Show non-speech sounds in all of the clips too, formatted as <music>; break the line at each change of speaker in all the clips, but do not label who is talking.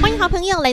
欢迎好朋友来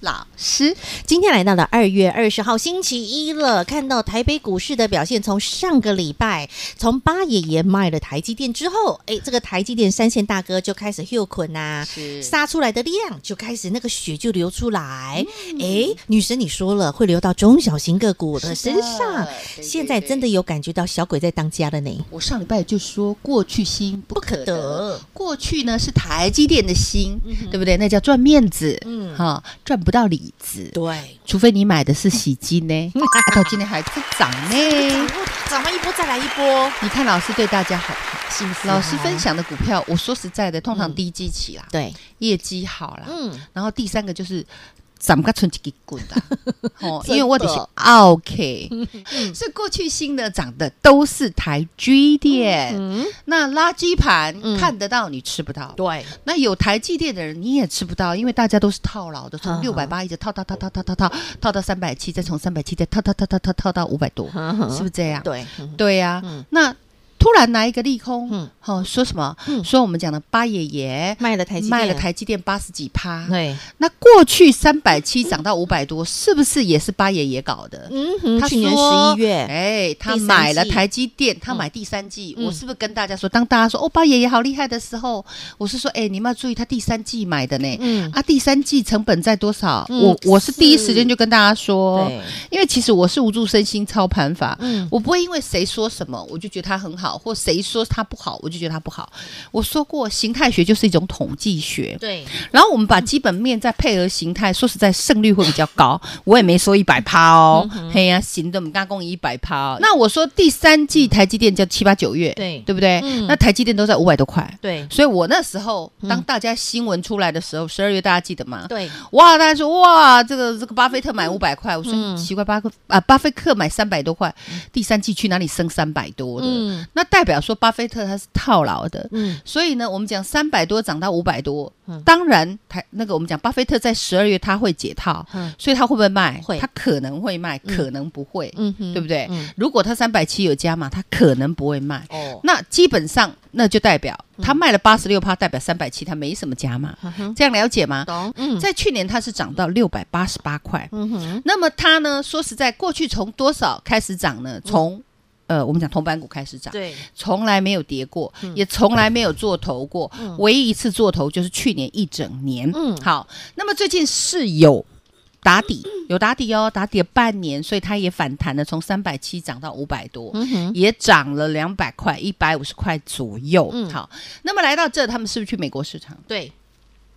老师。
今天来到了二月二十号星期一了，看到台北股市的表现，从上个礼拜从八爷爷卖了台积电之后，哎，这个台积电三线大哥就开始又捆呐、
是
杀出来的量就开始那个血就流出来。
嗯
哎、女神你说了会流到中小型个股的
是
身
的
上，
对
现
对
在
对
真的有感觉到小鬼在当家了呢。
我上礼拜就说，过去心不可
不可
得，
得
过去呢是台积电的心，对不对？那叫赚面子，
嗯
嗯，哈、赚不到里子。
对，
除非你买的是洗机呢，啊到今天还在涨呢。
涨完一波再来一波，
你看老师对大家好不好？
幸福啊
老师分享的股票，我说实在的，通常低基期啦，
对，
业绩好啦，
嗯，
然后第三个就是咱们个存几个滚
<laughs>
的，哦，因为
真
我的是
的嗯
OK，所以过去新的涨的都是台积电，那垃圾盘、
嗯
看得到你吃不到，
对，
那有台积电的人你也吃不到，因为大家都是套牢的，
呵呵
从六百八一直套套套套套套套套到三百七，再从三百七再套套套套套套到五百多，
呵呵
是不是这样？
对，
对呀、
嗯
那。突然来一个利空，
嗯
哦，说什么？
嗯
说我们讲的八爷爷
卖了台积电，嗯
卖了，台积电八十几趴，
对，
那过去三百七涨到五百多，是不是也是八爷爷搞的？
嗯哼，
他
去年
说
十一月，
哎，他
第三
买了
季
台积电，他买第三季。
嗯
我是不是跟大家说，当大家说哦八爷爷好厉害的时候，我是说，哎，你们要注意，他第三季买的呢。
嗯，
啊，第三季成本在多少？
嗯
我我是第一
是
时间就跟大家说，
对，
因为其实我是无助身心操盘法，
嗯
我不会因为谁说什么我就觉得它很好，或谁说它不好我就觉得它不好。我说过，形态学就是一种统计学，
对，
然后我们把基本面再配合形态，说实在胜率会比较高。我也没说一百趴
嗯
哦，嘿呀、行的，我们刚刚一百趴哦。那我说第三季台积电叫七八九月，
对
对不对？
嗯
那台积电都在五百多块，
对，
所以我那时候当大家新闻出来的时候，十二月大家记得吗？
对，
哇，大家说哇，这个这个巴菲特买五百块，我说、
嗯
奇怪，巴克啊，巴菲特买三百多块，第三季去哪里升三百多的？
嗯
那代表说巴菲特他是套牢的，
嗯，
所以呢，我们讲三百多涨到五百多，
嗯
当然台那个我们讲巴菲特在十二月他会解套，
嗯
所以他会不会卖？
会
他可能会卖，可能不会，
嗯哼
对不对？
嗯
如果他三百七有加码，他可能不会卖。
哦，
那基本上那就代表他卖了八十六趴，代表三百七他没什么加码，
嗯哼
这样了解吗？
懂，嗯，
在去年它是涨到六百八十八块，
嗯哼，
那么它呢，说实在，过去从多少开始涨呢？从呃，我们讲铜板股开始涨，
嗯对，嗯
从来没有跌过，也从来没有做头过，唯一一次做头就是去年一整年。
嗯
好，那么最近是有。打底有打底哦，打底了半年，所以它也反弹了，从三百七涨到五百多，
嗯哼，
也涨了两百块，一百五十块左右。
嗯
好，那么来到这，他们是不是去美国市场？
对，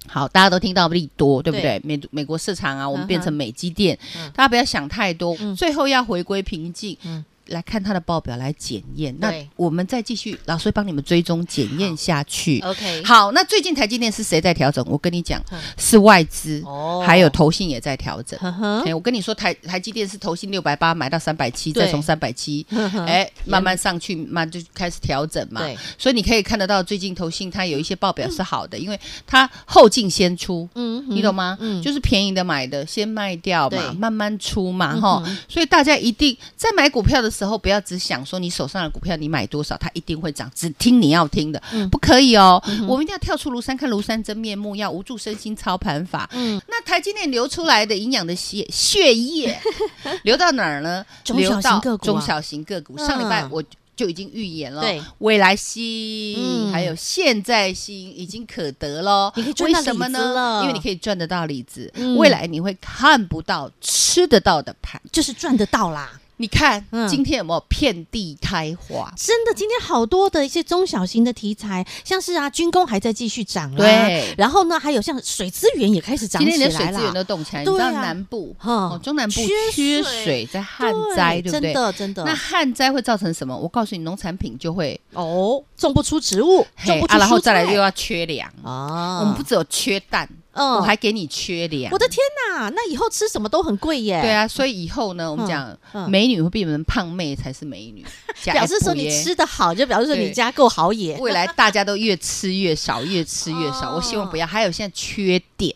好，大家都听到利多，对不
对
对？美美国市场啊，我
嗯
们
哼
变成美积电，
嗯
大家不要想太多，
嗯
最后要回归平静。
嗯
来看它的报表来检验，那
对
我们再继续，老师会帮你们追踪检验下去。
，OK，，
好，那最近台积电是谁在调整？我跟你讲
嗯，
是外资，
哦
还有，投信也在调整。
呵呵，
哎，我跟你说，台台积电是投信六百八买到三百七，
对
再从三百七，
呵呵
哎，慢慢上去，慢慢就开始调整嘛。
对，
所以你可以看得到，最近投信它有一些报表是好的，因为它后进先出。
嗯
你懂吗？
嗯
就是便宜的买的先卖掉
对
嘛，慢慢出嘛，
嗯
哈、
哼
所以大家一定在买股票的时候，不要只想说你手上的股票你买多少，它一定会涨，只听你要听的，
嗯
不可以哦。我们一定要跳出庐山看庐山真面目，要无助身心操盘法。
嗯
那台积电流出来的营养的血
<laughs>
血液流到哪儿呢？
中小型
流到
个股啊
中小型个股。
嗯
上礼拜我。就已经预言了，
对
未来新、
嗯
还有现在新已经可得了，
你可以赚
为
到
什么
李子了
呢？因为你可以赚得到李子，
嗯
未来你会看不到、吃得到的盘。
就是赚得到啦，
你看、
嗯
今天有没有遍地开花？
真的，今天好多的一些中小型的题材，像是啊，军工还在继续涨啊啦，
对
然后呢，还有像水资源也开始涨
今天
起
连水
来
资源
啦。
都动起来，你
对
知道
啊
南部、
嗯
哦，中南部
缺
缺
水
水，在旱灾，对不对
真？的，真的。
那旱灾会造成什么？我告诉你，农产品就会
哦，种不出植物，种
嘿
不出蔬菜、
啊，然后再来又要缺粮。
啊，
我们不只有缺蛋，
嗯
我还给你缺粮
我。的天哪，那以后吃什么都很贵耶。
对，啊，所以以后呢，我们讲
嗯
美女会变成胖妹才是
<laughs>
美女，假
表示说
不
你
耶
吃的好，就表示说你
对
家够好也。
未来大家都越吃越少，越吃越少。我希望不要。还有现在缺电，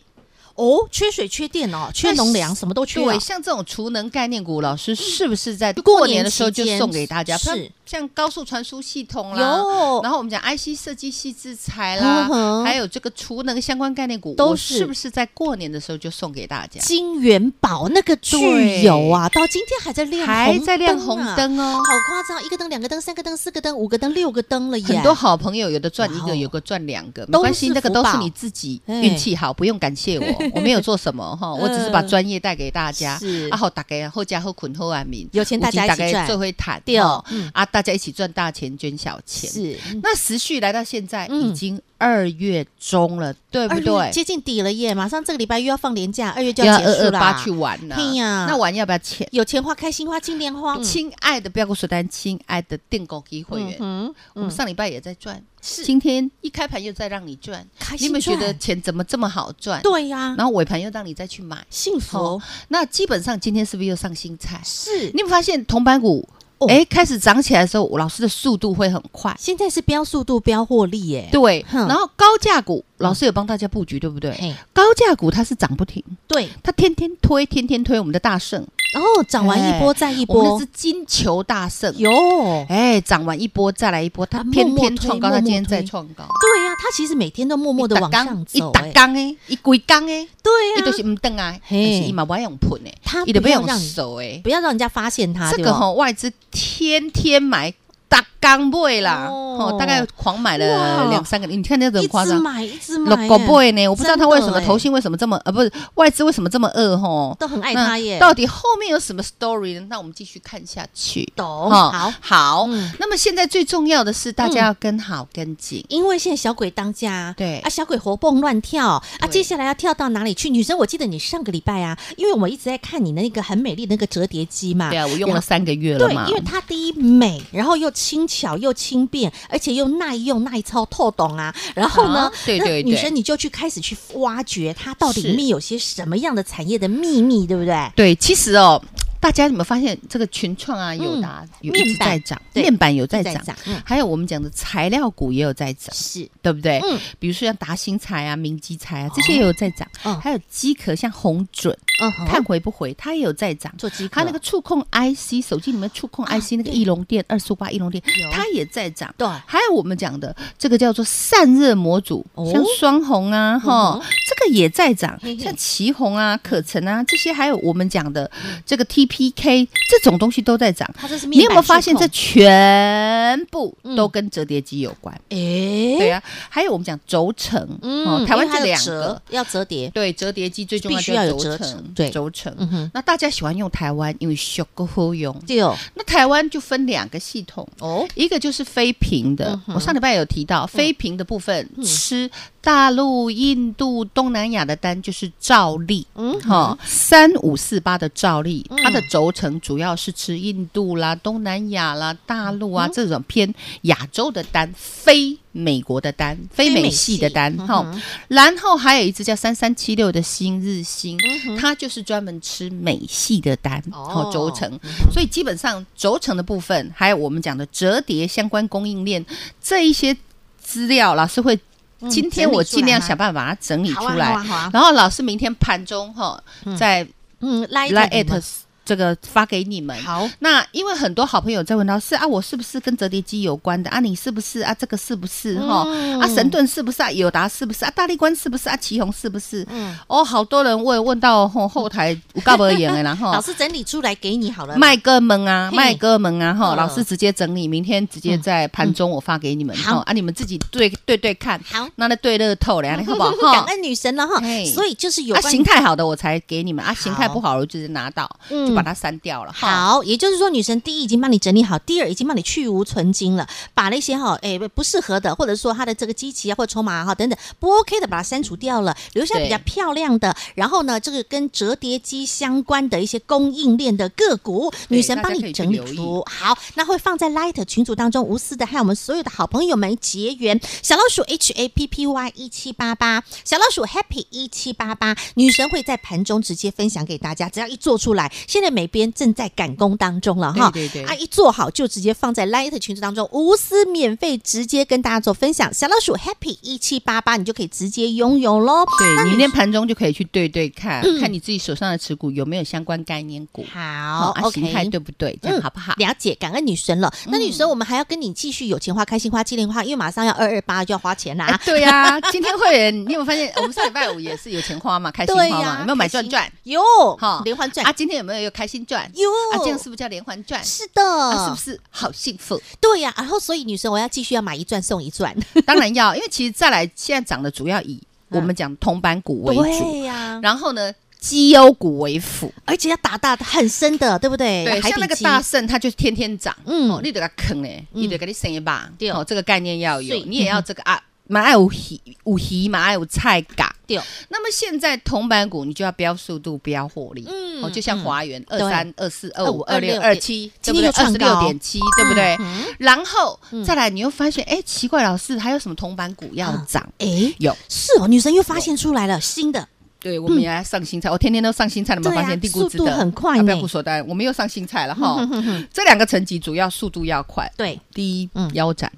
哦，缺水、缺电哦，缺农粮，什么都缺、啊嗯
对，。像这种储能概念股，老师是不是在
过
过年
年
的时候
期
就
间
送给大家？像
是
像高速传输系统啦，
有，
然后我们讲 IC 设计系制裁
嗯
啦
哼，
还有这个储能相关概念股，
都
我
是
是不是在过年的时候就送给大家？
金元宝那个巨
对
油啊，到今天还在亮、
还在亮红
啊，
灯哦。
好夸张！一个灯、两个灯、三个灯、四个灯、五个灯、六个灯了耶！
很多好朋友，有的赚一
哎哇哦
个，有个赚两个，没
都
关系，
是
那个
福
都是
报
你自己
哎
运气好，不用感谢我，我没有做什么哈，我只是
嗯
把专业带给大家
是。
啊，好，啊大家后家后捆后安眠，
有钱大家一起赚
最会谈
对
哦
嗯
啊，大家一起赚大钱，捐小钱。
是
那时序来到现在
嗯
已经二月中了，对
二
不
月
对？
接近底了耶，马上这个礼拜又要放年假，二月就
要
要结
二
束
二
啦。
八去玩了
嘿呀，
那玩要不要钱？
有钱花、开心花、金莲花，
亲爱的，不要跟我说单，亲爱的订购机会员，
嗯哼，
我们上礼拜也在赚，
是
今天一开盘又再让你赚，
开
你有
心
没有觉
赚
得钱怎么这么好赚？
对啊呀，
然后尾盘又让你再去买，
幸福
好那基本上今天是不是又上新菜？
是
你有没有发现铜板股
哦，
哎、开始涨起来的时候，我老师的速度会很快。
现在是标速度、标获利耶。
对，
哼
然后高价股老师有帮大家布局，对不对？
嘿，
高价股它是涨不停，
对，
它天天推，天天推我们的大圣，
然后涨完一波再一
我们
波
那是，金球大圣，
有，对
哎，涨完一波再来一波，它
啊默
偏
默
偏
推
创高，
默
它
默
今天再
推
创高，
呀，它其实每天都默默的往上
一
走，
打
哎
缸哎，一鬼缸哎，
对
伊
呀
都，是唔等啊，但
嘿
是伊嘛不爱用喷诶，
它
伊都
不
不
要
用
让你
手诶。
不要让人家发现它，
这
对
个
吧
吼外资天天买。大缸买啦，
哦
哦，大概狂买
哇
了两三个，你看那个
一
很夸
直
张，
买一直买
六
耶，
个 boy 呢，我不知道他为什
真
么
的耶
投信为什么这么呃，不是外资为什么这么饿吼？
都很爱
那
它耶，
嗯到底后面有什么 story 呢？那我们继续看下去。
懂
哈
哦好。
好
嗯，
那么现在最重要的是大家要跟好跟紧，
因为现在小鬼当家，
对
啊，小鬼活蹦乱跳啊，
对
接下来要跳到哪里去？女生，我记得你上个礼拜啊，因为我们一直在看你那个很美丽的那个折叠机嘛，
对啊，我用了三个月了
嗯对
嘛，，
因为它第一美，然后又轻巧又轻便，而且又耐用耐操透懂啊。然后呢
啊，对
那
对
女
对
生你就去开始去挖掘它到底
是
里面有些什么样的产业的秘密，对不对？
对，其实哦，大家有没有发现这个群创啊、友达有
嗯面
一直
板
在涨，
对
面板有在
在
涨
涨嗯，
还有我们讲的材料股也有在涨，
是，
对不对？
嗯
比如说像达新材啊、明基材啊，这些也有在涨
哦嗯，
还有机壳像红准，
嗯哼，
看回不回，它也有在涨。
做机壳
它那个触控 IC 手机里面触控
啊
IC 那个
对
翼龙电二十五八翼龙电
有，
它也在涨。
对
还有我们讲的这个叫做散热模组，
哦
像双红啊，哈、
嗯哼
这个也在涨
嘿，嘿
像旗红啊、可成啊这些，还有我们讲的这个 TPK 这种东西都在涨。
它这是面
你有没有
板
发
触
现这
控
全部
嗯
都跟折叠机有关？
诶，嗯
对啊，还有我们讲轴承，哦，台湾
因为它
这
有
两
折
个。
要折叠，
对折叠机最重要
必须要有
就是
折
轴
承
承，
对
轴承。
嗯哼，
那大家喜欢用台湾，因为小够好用。
对哦，
那台湾就分两个系统，
哦，
一个就是非屏的，
嗯哼嗯
我上礼拜有提到非屏的部分，吃大陆、印度、东南亚的单就是照例。
嗯，
哈，三五四八的照例
嗯，
它的轴承主要是吃印度啦、东南亚啦、大陆
嗯
啊、这种偏亚洲的单，非美国的单、非美系的单
非美系
哈
嗯。
然后还有一只叫三三七六的新日新
嗯哼，
它就是专门吃美系的单
哦
哦，轴承。所以基本上轴承的部分，还有我们讲的折叠相关供应链这一些资料，老师会
嗯
今天我尽量想办法把它整理
好
出
啊，好
来
啊，。好啊，
然后老师明天盘中哈，再
嗯，来
来
一个
at 这个发给你们。
好，
那因为很多好朋友在问到是啊，我是不是跟折叠机有关的啊？你是不是啊？这个是不是哈？
嗯
啊，神盾是不是啊？友达是不是啊？大力关是不是啊？旗宏是不是？
嗯
哦，好多人问问到后后台有告不言的，然后
老师整理出来给你好了啦，
麦哥们啊，
嘿
麦哥们啊，哈，
嗯
老师直接整理，明天直接在盘中我发给你们，
好
哈啊，你们自己对对对看，
好，
那那对乐透了，这样好不
<laughs>
好？
感
哈，
恩女神了哈，
嘿
所以就是有
啊，
关
形态好的我才给你们啊，
好
形态不好的我就是拿到，
嗯
就把它删掉了。哈，
好，也就是说，女神第一已经帮你整理好，第二已经帮你去无存精了，把那些哈哎不适合的，或者说它的这个机器啊或者筹码啊哈等等不 OK 的，把它删除掉了，留下
对
比较漂亮的。然后呢，这个跟折叠机相关的一些供应链的个股，
对
女神
大家
帮
可
你
以去
整理
留意
出好，那会放在 Light 群组当中，无私的和我们所有的好朋友们结缘。小老鼠 H A P P Y 一七八八，小老鼠 Happy 一七八八，女神会在盘中直接分享给大家，只要一做出来，现在美编正在赶工当中了哈，
对对对
啊，一做好就直接放在 Light 群组当中，无私免费直接跟大家做分享。小老鼠 Happy 一七八八，你就可以直接拥有喽。
对，明天盘中就可以去对对看，
嗯
看你自己手上的持股有没有相关概念股，
好
啊，形态
，OK。
对不对？这样
嗯
好不好？
了解，感恩女神了。那女神，我们还要跟你继续有钱花、开心花、机灵花，因为马上要二二八就要花钱啦、啊
哎对呀、今天会员，你有没有发现我们上礼拜五也是有钱花嘛，开心花
对
嘛
呀，
有没有买
开
转
心
转？
有
哈
连环转
啊，今天有没有有开心转？
有
啊，这样是不是叫连环转？
哦是的，
啊，是不是好幸福？
对呀、然后所以女生我要继续要买一转送一转，
当然要，因为其实再来现在涨的主要以我们讲铜板股为主，
嗯对呀、
然后呢绩优股为辅。
而且要打大的很深的，对不对？
对，
海
像那
底
个
鸡
大圣，它就天天涨，
嗯
哦，你得给它坑嘞，你得给你生一把，
对
哦，这个概念要有
水，
你也要这个啊，蛮爱有鱼，有鱼嘛爱有菜嘎。
对，
那么现在铜板股你就要标速度，标获利，
嗯
哦，就像华元二
对
三、二四、二五、
25
二六、
26
二七，对
今天
不对？
又
二
创
十
高
六点七，对不对？然后
嗯
再来，你又发现，哎，奇怪，老师还有什么铜板股要涨？
哎，
有，嗯
是哦，女生又发现出来了新的，
对，我们也要上新菜，我天天都上新菜，你们
对啊
发现低估值的
速度很快
啊不要
呢
不说，当然我们又上新菜了哈
哼哼哼。
这两个层级主要速度要快，
对
第一
嗯
腰斩，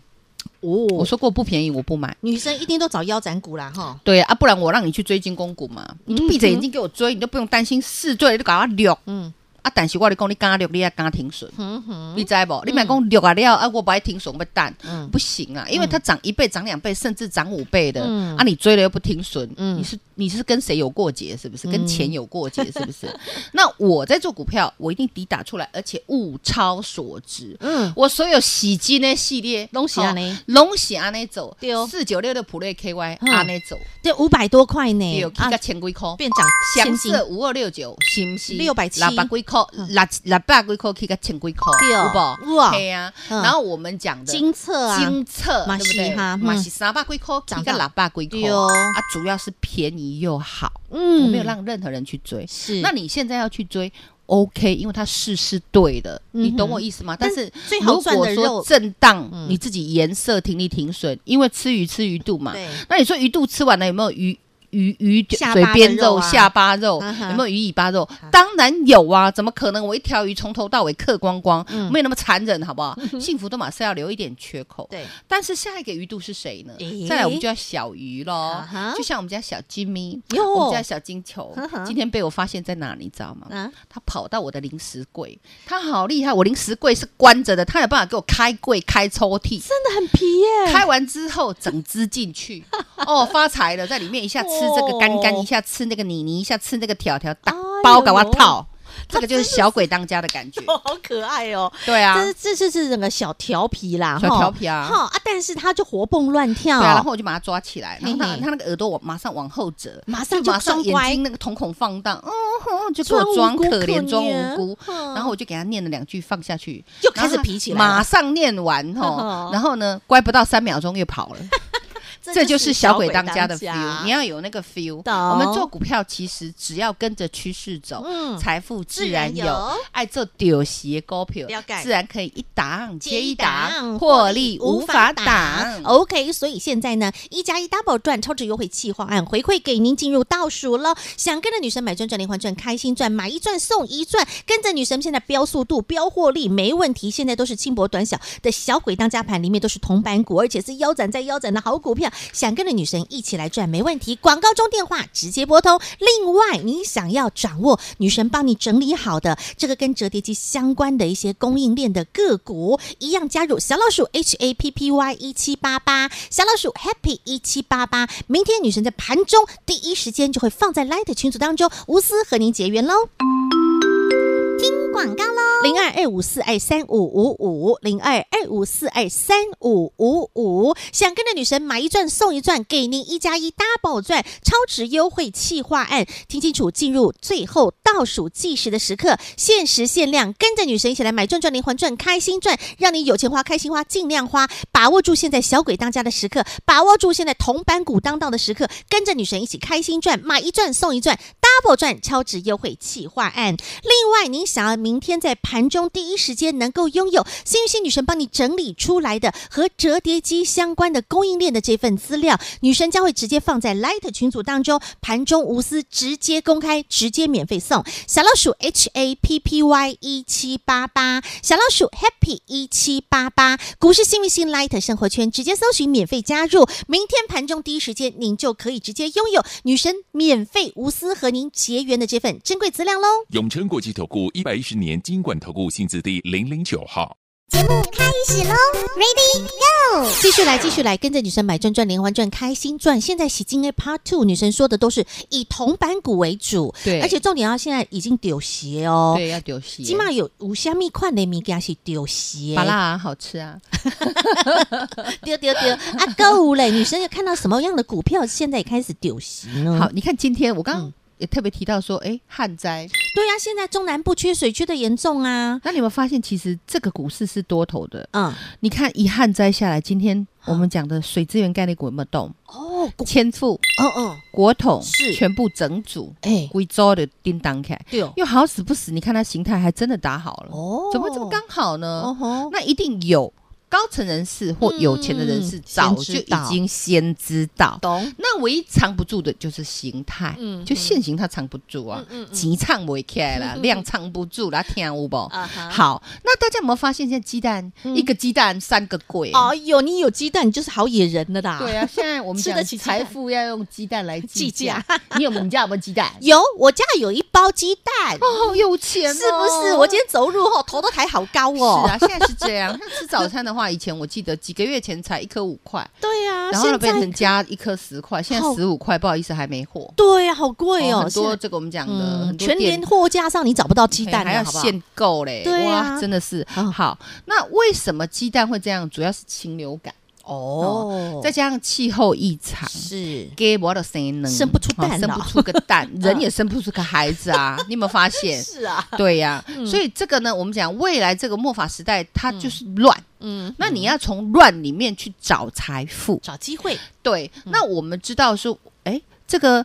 我
哦，
说过不便宜我不买。
女生一定都找腰斩股啦哈，
对啊，不然我让你去追金公股嘛，你就闭
啊
着眼睛给我追，你都不用担心试对了就搞我六
嗯
啊。但是我跟你讲，你刚六，你也刚停损，
哼哼，
你知不？你买讲六啊了啊，我不爱停损，我蛋
嗯
不行啊，因为它涨一倍、涨两倍，甚至涨五倍的
嗯
啊，你追了又不停损，
嗯
你是你是跟谁有过节是不是？跟钱有过节是不 <laughs> 是？那我在做股票，我一定抵打出来，而且物超所值。
嗯，
我所有洗金的系列，拢
是安尼
拢是安尼走
对哦，
四九六的普瑞 KY
嗯
安尼走，
这五百多块呢啊
对，去到千几块。
哦变涨千
香
金，
色五二六九，是不是
670
六百几块，六六百几块去个千几块，
嗯对哦
有无？
哇
对呀。
嗯
然后我们讲的
金策啊，
金策，
嘛
对不
是
对？
哈
嘛
嗯
是三百几块，
涨
涨个
到
六百几块
对哦
啊，主要是便宜又好，我
嗯
没有让任何人去追。
是，
那你现在要去追，OK，因为它事是对的，
嗯哼
你懂我意思吗？
但
但是
最好
如
赚的
果
肉
说震荡
嗯，
你自己颜色停利停损，因为吃鱼吃鱼肚嘛。
对
那你说鱼肚吃完了有没有鱼？鱼鱼
下巴
嘴
的
边
肉
肉、
啊
下巴肉
啊哈
有没有鱼尾巴肉？当然有啊，怎么可能我一条鱼从头到尾嗑光光？
嗯
没有那么残忍，好不好？幸福都马是要留一点缺口。
对，
但是下一个鱼肚是谁呢
诶？
再来我们就要小鱼喽
啊哈，
就像我们家小金咪，
哟
我们家小金球
哦呵呵，
今天被我发现在哪，你知道吗？
啊，
他跑到我的零食柜，他好厉害！我零食柜是关着的，他有办法给我开柜、开抽屉。
真的很皮
<laughs>
耶，
开完之后，整只
<laughs>
进去，哦，发财了，在里面一下吃这个干干，
哦
一下吃那个泥泥，一下吃那个条条，大
哎
包
呦
给我套，
他
这个就是
真的
小鬼当家的感觉。
<laughs> 哦好可爱哦。
对啊，
这这是是整个小调皮啦，
小
哈
调皮啊
哈啊！但是他就活蹦乱跳，
对啊，然后我就把它抓起来，然后
嘿
他
嘿
他那个耳朵我马上往后折，
马上
就
就
马上
装
眼
乖
睛那个瞳孔放大，哦，哦就给我
装
装
无辜
可
可
怜嗯装
怜
无辜，
哼
然后我就给他念了两句放下去，
又开始
然后他
皮起来了
马上念完
呵呵
哦，然后呢，乖不到三秒钟又跑了，这就是小鬼当家的 feel，你
要
要有那个 feel。
懂
我们做股票其实只要跟着趋势走，
嗯
财富自然
自然
有
有。
爱做丢鞋股票
了解，
自然可以一档接一档，
获
获
利
利
无
无
法
法
挡
挡。。
OK，所以现在呢，一加一 double 赚超值优惠计划案回馈给您进入倒数了。想跟着女神买赚赚连环赚，开心赚，买一赚送一赚，跟着女神现在飙速度、飙获利没问题。现在都是轻薄短小的小鬼当家盘，里面都是铜板股，而且是腰斩再腰斩的好股票。想跟着女神一起来赚没问题。广告中电话直接拨通。另外，你想要掌握女神帮你整理好的这个跟折叠机相关的一些供应链的个股，一样加入小老鼠 H A P P Y 一七八八，小老鼠 Happy 一七八八。明天女神在盘中第一时间就会放在 Light 群组当中，无私和您结缘喽。听广告喽，零二二五四二三五五五，零二二五四二三五五五。想跟着女神买一转送一转，给您一加一 double 赚，超值优惠企划案，听清楚，进入最后倒倒数计时的时刻，限时限量，跟着女神一起来买赚赚连环赚，开心赚，让你有钱花，开心花，尽量花，把握住现在小鬼当家的时刻，把握住现在铜板股当道的时刻，跟着女神一起开心赚，买一赚送一赚，double 赚超值优惠企划案。另外，您想要明天在盘中第一时间能够拥有幸运星女神帮你整理出来的和折叠机相关的供应链的这份资料，女神将会直接放在 Light 群组当中，盘中无私，直接公开，直接免费送。小老鼠 H A P P Y 一七八八，小老鼠 Happy 一七八八，股市幸运星 Light 生活圈直接搜寻免费加入，明天盘中第一时间您就可以直接拥有女神免费无私和您结缘的这份珍贵资料喽。哦
永诚国际投顾一百一十年金管投顾性质第零零九号。
继续来，继续来，跟着女神买赚赚连环赚，开心赚。现在洗金 A Part Two，女神说的都是以铜板股为主，
对
而且重点啊，现在已经丢鞋哦。
对，要丢席。
起码有五虾米款的物件是丢鞋，
巴拉啊好吃啊，
丢丢
<laughs>
丢啊！购物嘞，女生有看到什么样的股票现在也开始丢席呢？
好，，你看今天我
嗯
刚刚也特别提到说，哎，旱灾，
对呀、现在中南部缺水缺的严重啊，
那你有没有发现，其实这个股市是多头的？
嗯，
你看一旱灾下来，今天我们讲的水资源概念股有没有动？
哦，股
千富、
哦哦，
国统
是
全部整组，
哎、
贵州的叮当开，
对哦，
又好死不死，你看它形态还真的打好了，
哦
怎么这么刚好呢？
哦吼，
那一定有高层人士或有钱的人士
嗯
早
先
就
知道
已经先知道。
懂，
那唯一藏不住的就是形态，
嗯
就现形它藏不住啊，
嗯嗯
急唱不起来啦，量藏不住啦，听有不？
啊嗯哈，
好，那大家有没有发现，现在鸡蛋、一个鸡蛋三个贵？
哎呦，你有鸡蛋，你就是好野人了啦。
<laughs> 对啊，现在我们
吃得
讲
起鸡
财
蛋
富要用鸡蛋来计
计
价。 <laughs> 你有没有你家有没有鸡蛋？
<laughs> 有，我家有一包鸡蛋，
哦，有钱哦
是不是？我今天走路后头都抬好高哦。
是啊，现在是这样。像吃早餐的话，以前我记得几个月前才一颗五块，
对呀、
然后
啊
呢
现
变
在
成加一颗十块，现在
好
十五块，不好意思还没货。
对呀、好贵哦，
很多
现在
这个我们讲的
嗯，
很多
全
店
年货架上你找不到鸡蛋了，
还要
好不好
限购嘞，
对啊
哇，真的是
嗯
好。那为什么鸡蛋会这样？主要是禽流感，
哦，
再加上气候异常。
是
给我的声音呢，
生不出蛋
哦
了
生不出个
<laughs>
蛋，人也生不出个孩子啊！你有没有发现？
是啊，
对呀、所以这个呢，我们讲未来这个末法时代，它就是乱。
嗯，
那你要从乱里面去找财富。
找机会，
对，
嗯
那我们知道说，哎，这个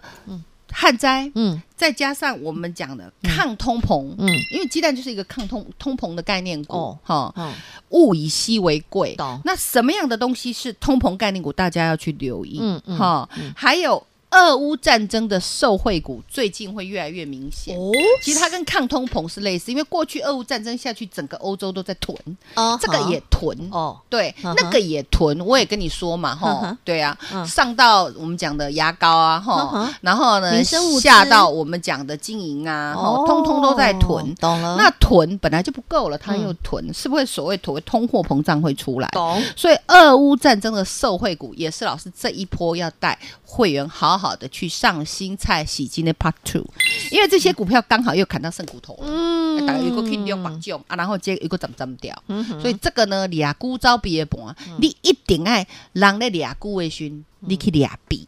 旱灾，
嗯
再加上我们讲的抗通膨，
嗯
因为鸡蛋就是一个抗通通膨的概念股
哦，
哈，
嗯，
物以稀为贵
懂。
那什么样的东西是通膨概念股？大家要去留意，
嗯嗯
哈。还有俄乌战争的受惠股，最近会越来越明显。
哦，
其实它跟抗通膨是类似，因为过去俄乌战争下去，整个欧洲都在囤，
哦
这个也囤，
哦，
对，
嗯哼
那个也囤，我也跟你说嘛，
嗯
哈
哼，
对啊
嗯，
上到我们讲的牙膏啊，
嗯
哈
哼，
然后呢
民生物，资哦
下到我们讲的金银啊，哈，通通都在囤。
懂了，
那囤本来就不够了，它
嗯
又囤，是不是所谓囤通货膨胀会出来？
懂，
所以俄乌战争的受惠股也是老师这一波要带会员好好的去上新菜洗金的 Part Two，因为这些股票刚好又砍到剩骨头了。哎
嗯
大概有一个轻量绑重啊，然后接一个斩斩掉，
嗯哼嗯
所以这个呢，俩股招比的盘，啊你一定爱人咧俩股的时候，你去俩
<laughs>
比，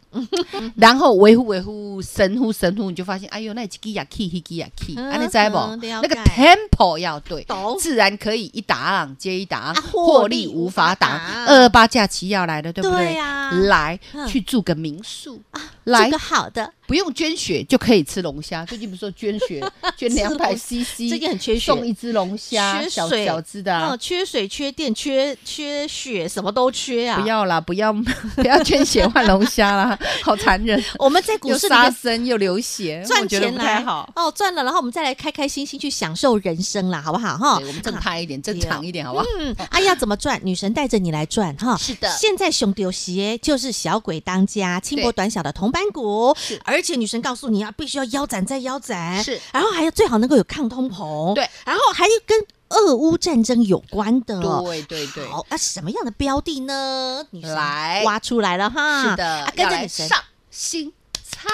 然后维护维护，神乎神乎，你就发现，哎呦，那一支也起，那支也起，
嗯
啊，你知道不？
嗯了
那个
解
tempo 要对，
懂
自然可以一打浪接一打
啊
浪，
获
获
利
利
无
无
法
法
挡
挡。二八假期要来了，对不
对
对？
呀
来
嗯
去住个民宿，
这
来
个好的，
不用捐血就可以吃龙虾。 <laughs> 最近不是说捐
<laughs>
血，捐两百 CC，
最近很缺血
送一只龙虾，
缺
小
水
小只的啊
哦，。缺水、缺电、缺缺血，什么都缺啊。
不，要啦，不要 <laughs> 不要捐血换龙虾啦，好残忍，
<laughs> 我们在股
又
市里面
杀生又流血，我
赚
觉得
钱
不
来
太好。
哦，赚了，然后我们再来开开心心去享受人生啦，好不好哈
对，？我们正派一点，正常一点，好不好？
哦啊嗯，哎呀，怎么赚？女神带着你来赚哈。
是的
现在熊丢鞋就是小鬼当家，轻薄
对
短小的铜板股，而且女神告诉你啊，必须要腰斩再腰斩，
是，
然后还要最好能够有抗通膨，
对，
然后还有跟俄乌战争有关的，哦
对对对，
好，那、什么样的标的呢？女神
来
挖出来了哈，
是的
啊，跟
要
着
来
女神
上新菜，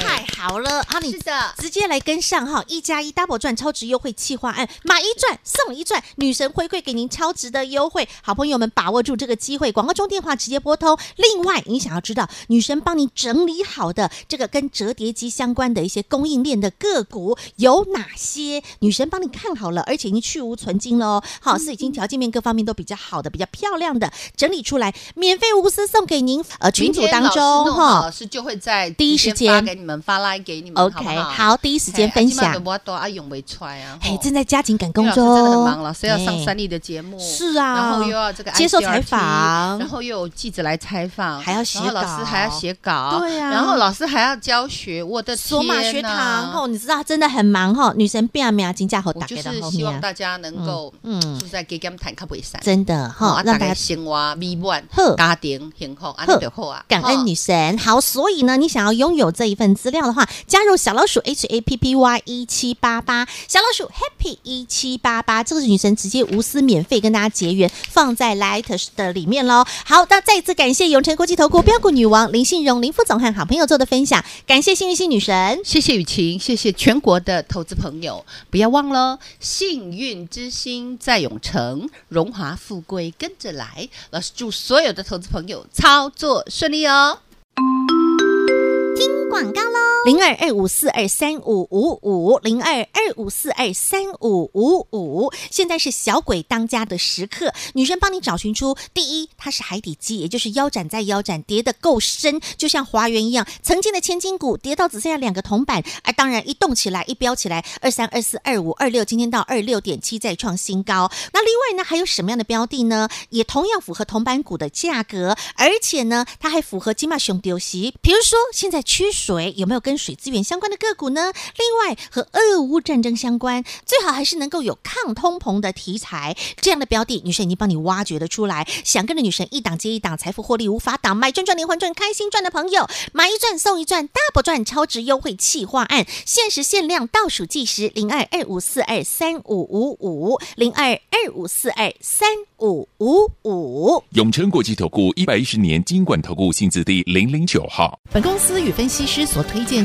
太好了啊！你
是的，
直接来跟上哈，一加一 double 赚超值优惠企划案，买一赚送一赚，女神回馈给您超值的优惠，好朋友们把握住这个机会，广告中电话直接拨通。另外，你想要知道女神帮你整理好的这个跟折叠机相关的一些供应链的个股有哪些，女神帮你看好了，而且已经去无存精了哦。好，是已经条件面各方面都比较好的、比较漂亮的整理出来，免费无私送给您。呃，群组当中
哈，
哈
老。师就会在
第一时间
发给你们发来给你们
OK，
好不好？
好，第一时间分享。
我多啊，永为揣啊，
嘿
吼，
哎正在加紧赶工
因为
中，
老师真的很忙，老师要上
哎
三立的节目，
是啊
然后又要这个 ICRT,
接受采访
然后又有记者来采访，
还要写
然后老师
稿
还要写稿，
对啊
然后老师还要教学，我的
索
天
马
呐！
学堂吼，你知道真的很忙吼，女神变命啊金价吼
我
打
就
开
是
到后
希望
面，
大家能够
嗯嗯
住在给他们谈卡不会散，
真的
哦
哈
啊，
让
大
大
家
家
生活美满
呵，
家庭幸福，安
呵
尼就好啊，
感恩
哦
女神。好，所以呢，你想要拥有这一份资料的话，加入小老鼠 H A P P Y 一七八八，小老鼠 Happy 一七八八，这个是女神直接无私免费跟大家结缘，放在 Light 的里面喽。好，那再次感谢永诚国际投顾标股女王林信荣林副总和好朋友做的分享，感谢幸运星女神。
谢谢雨晴，谢谢全国的投资朋友，不要忘了，幸运之星在永城，荣华富贵跟着来。老师祝所有的投资朋友操作顺利哦。
广告喽，零二二五四二三五五五，零二二五四二三五五五。现在是小鬼当家的时刻，女生帮你找寻出第一，它是海底鸡，也就是腰斩再腰斩，跌得够深，就像华元一样，曾经的千金股跌到只剩下两个铜板，而当然一动起来，一飙起来，二三、二四、二五、二六，今天到二六点七再创新高。那另外呢，还有什么样的标的呢？也同样符合铜板股的价格，而且呢，它还符合金马熊丢席。比如说，现在缺水，有没有跟水资源相关的个股呢？另外，和俄乌战争相关，最好还是能够有抗通膨的题材。这样的标的，女神已经帮你挖掘了出来。想跟着女神一档接一档，财富获利无法挡，买赚赚连环赚，开心赚的朋友，买一赚送一赚，double 赚超值优惠企划案，限时限量倒数计时，零二二五四二三五五五，零二二五四二三五五五。
永诚国际投顾一百一十年金管投顾性质第零零九号。
本公司与分析师所推荐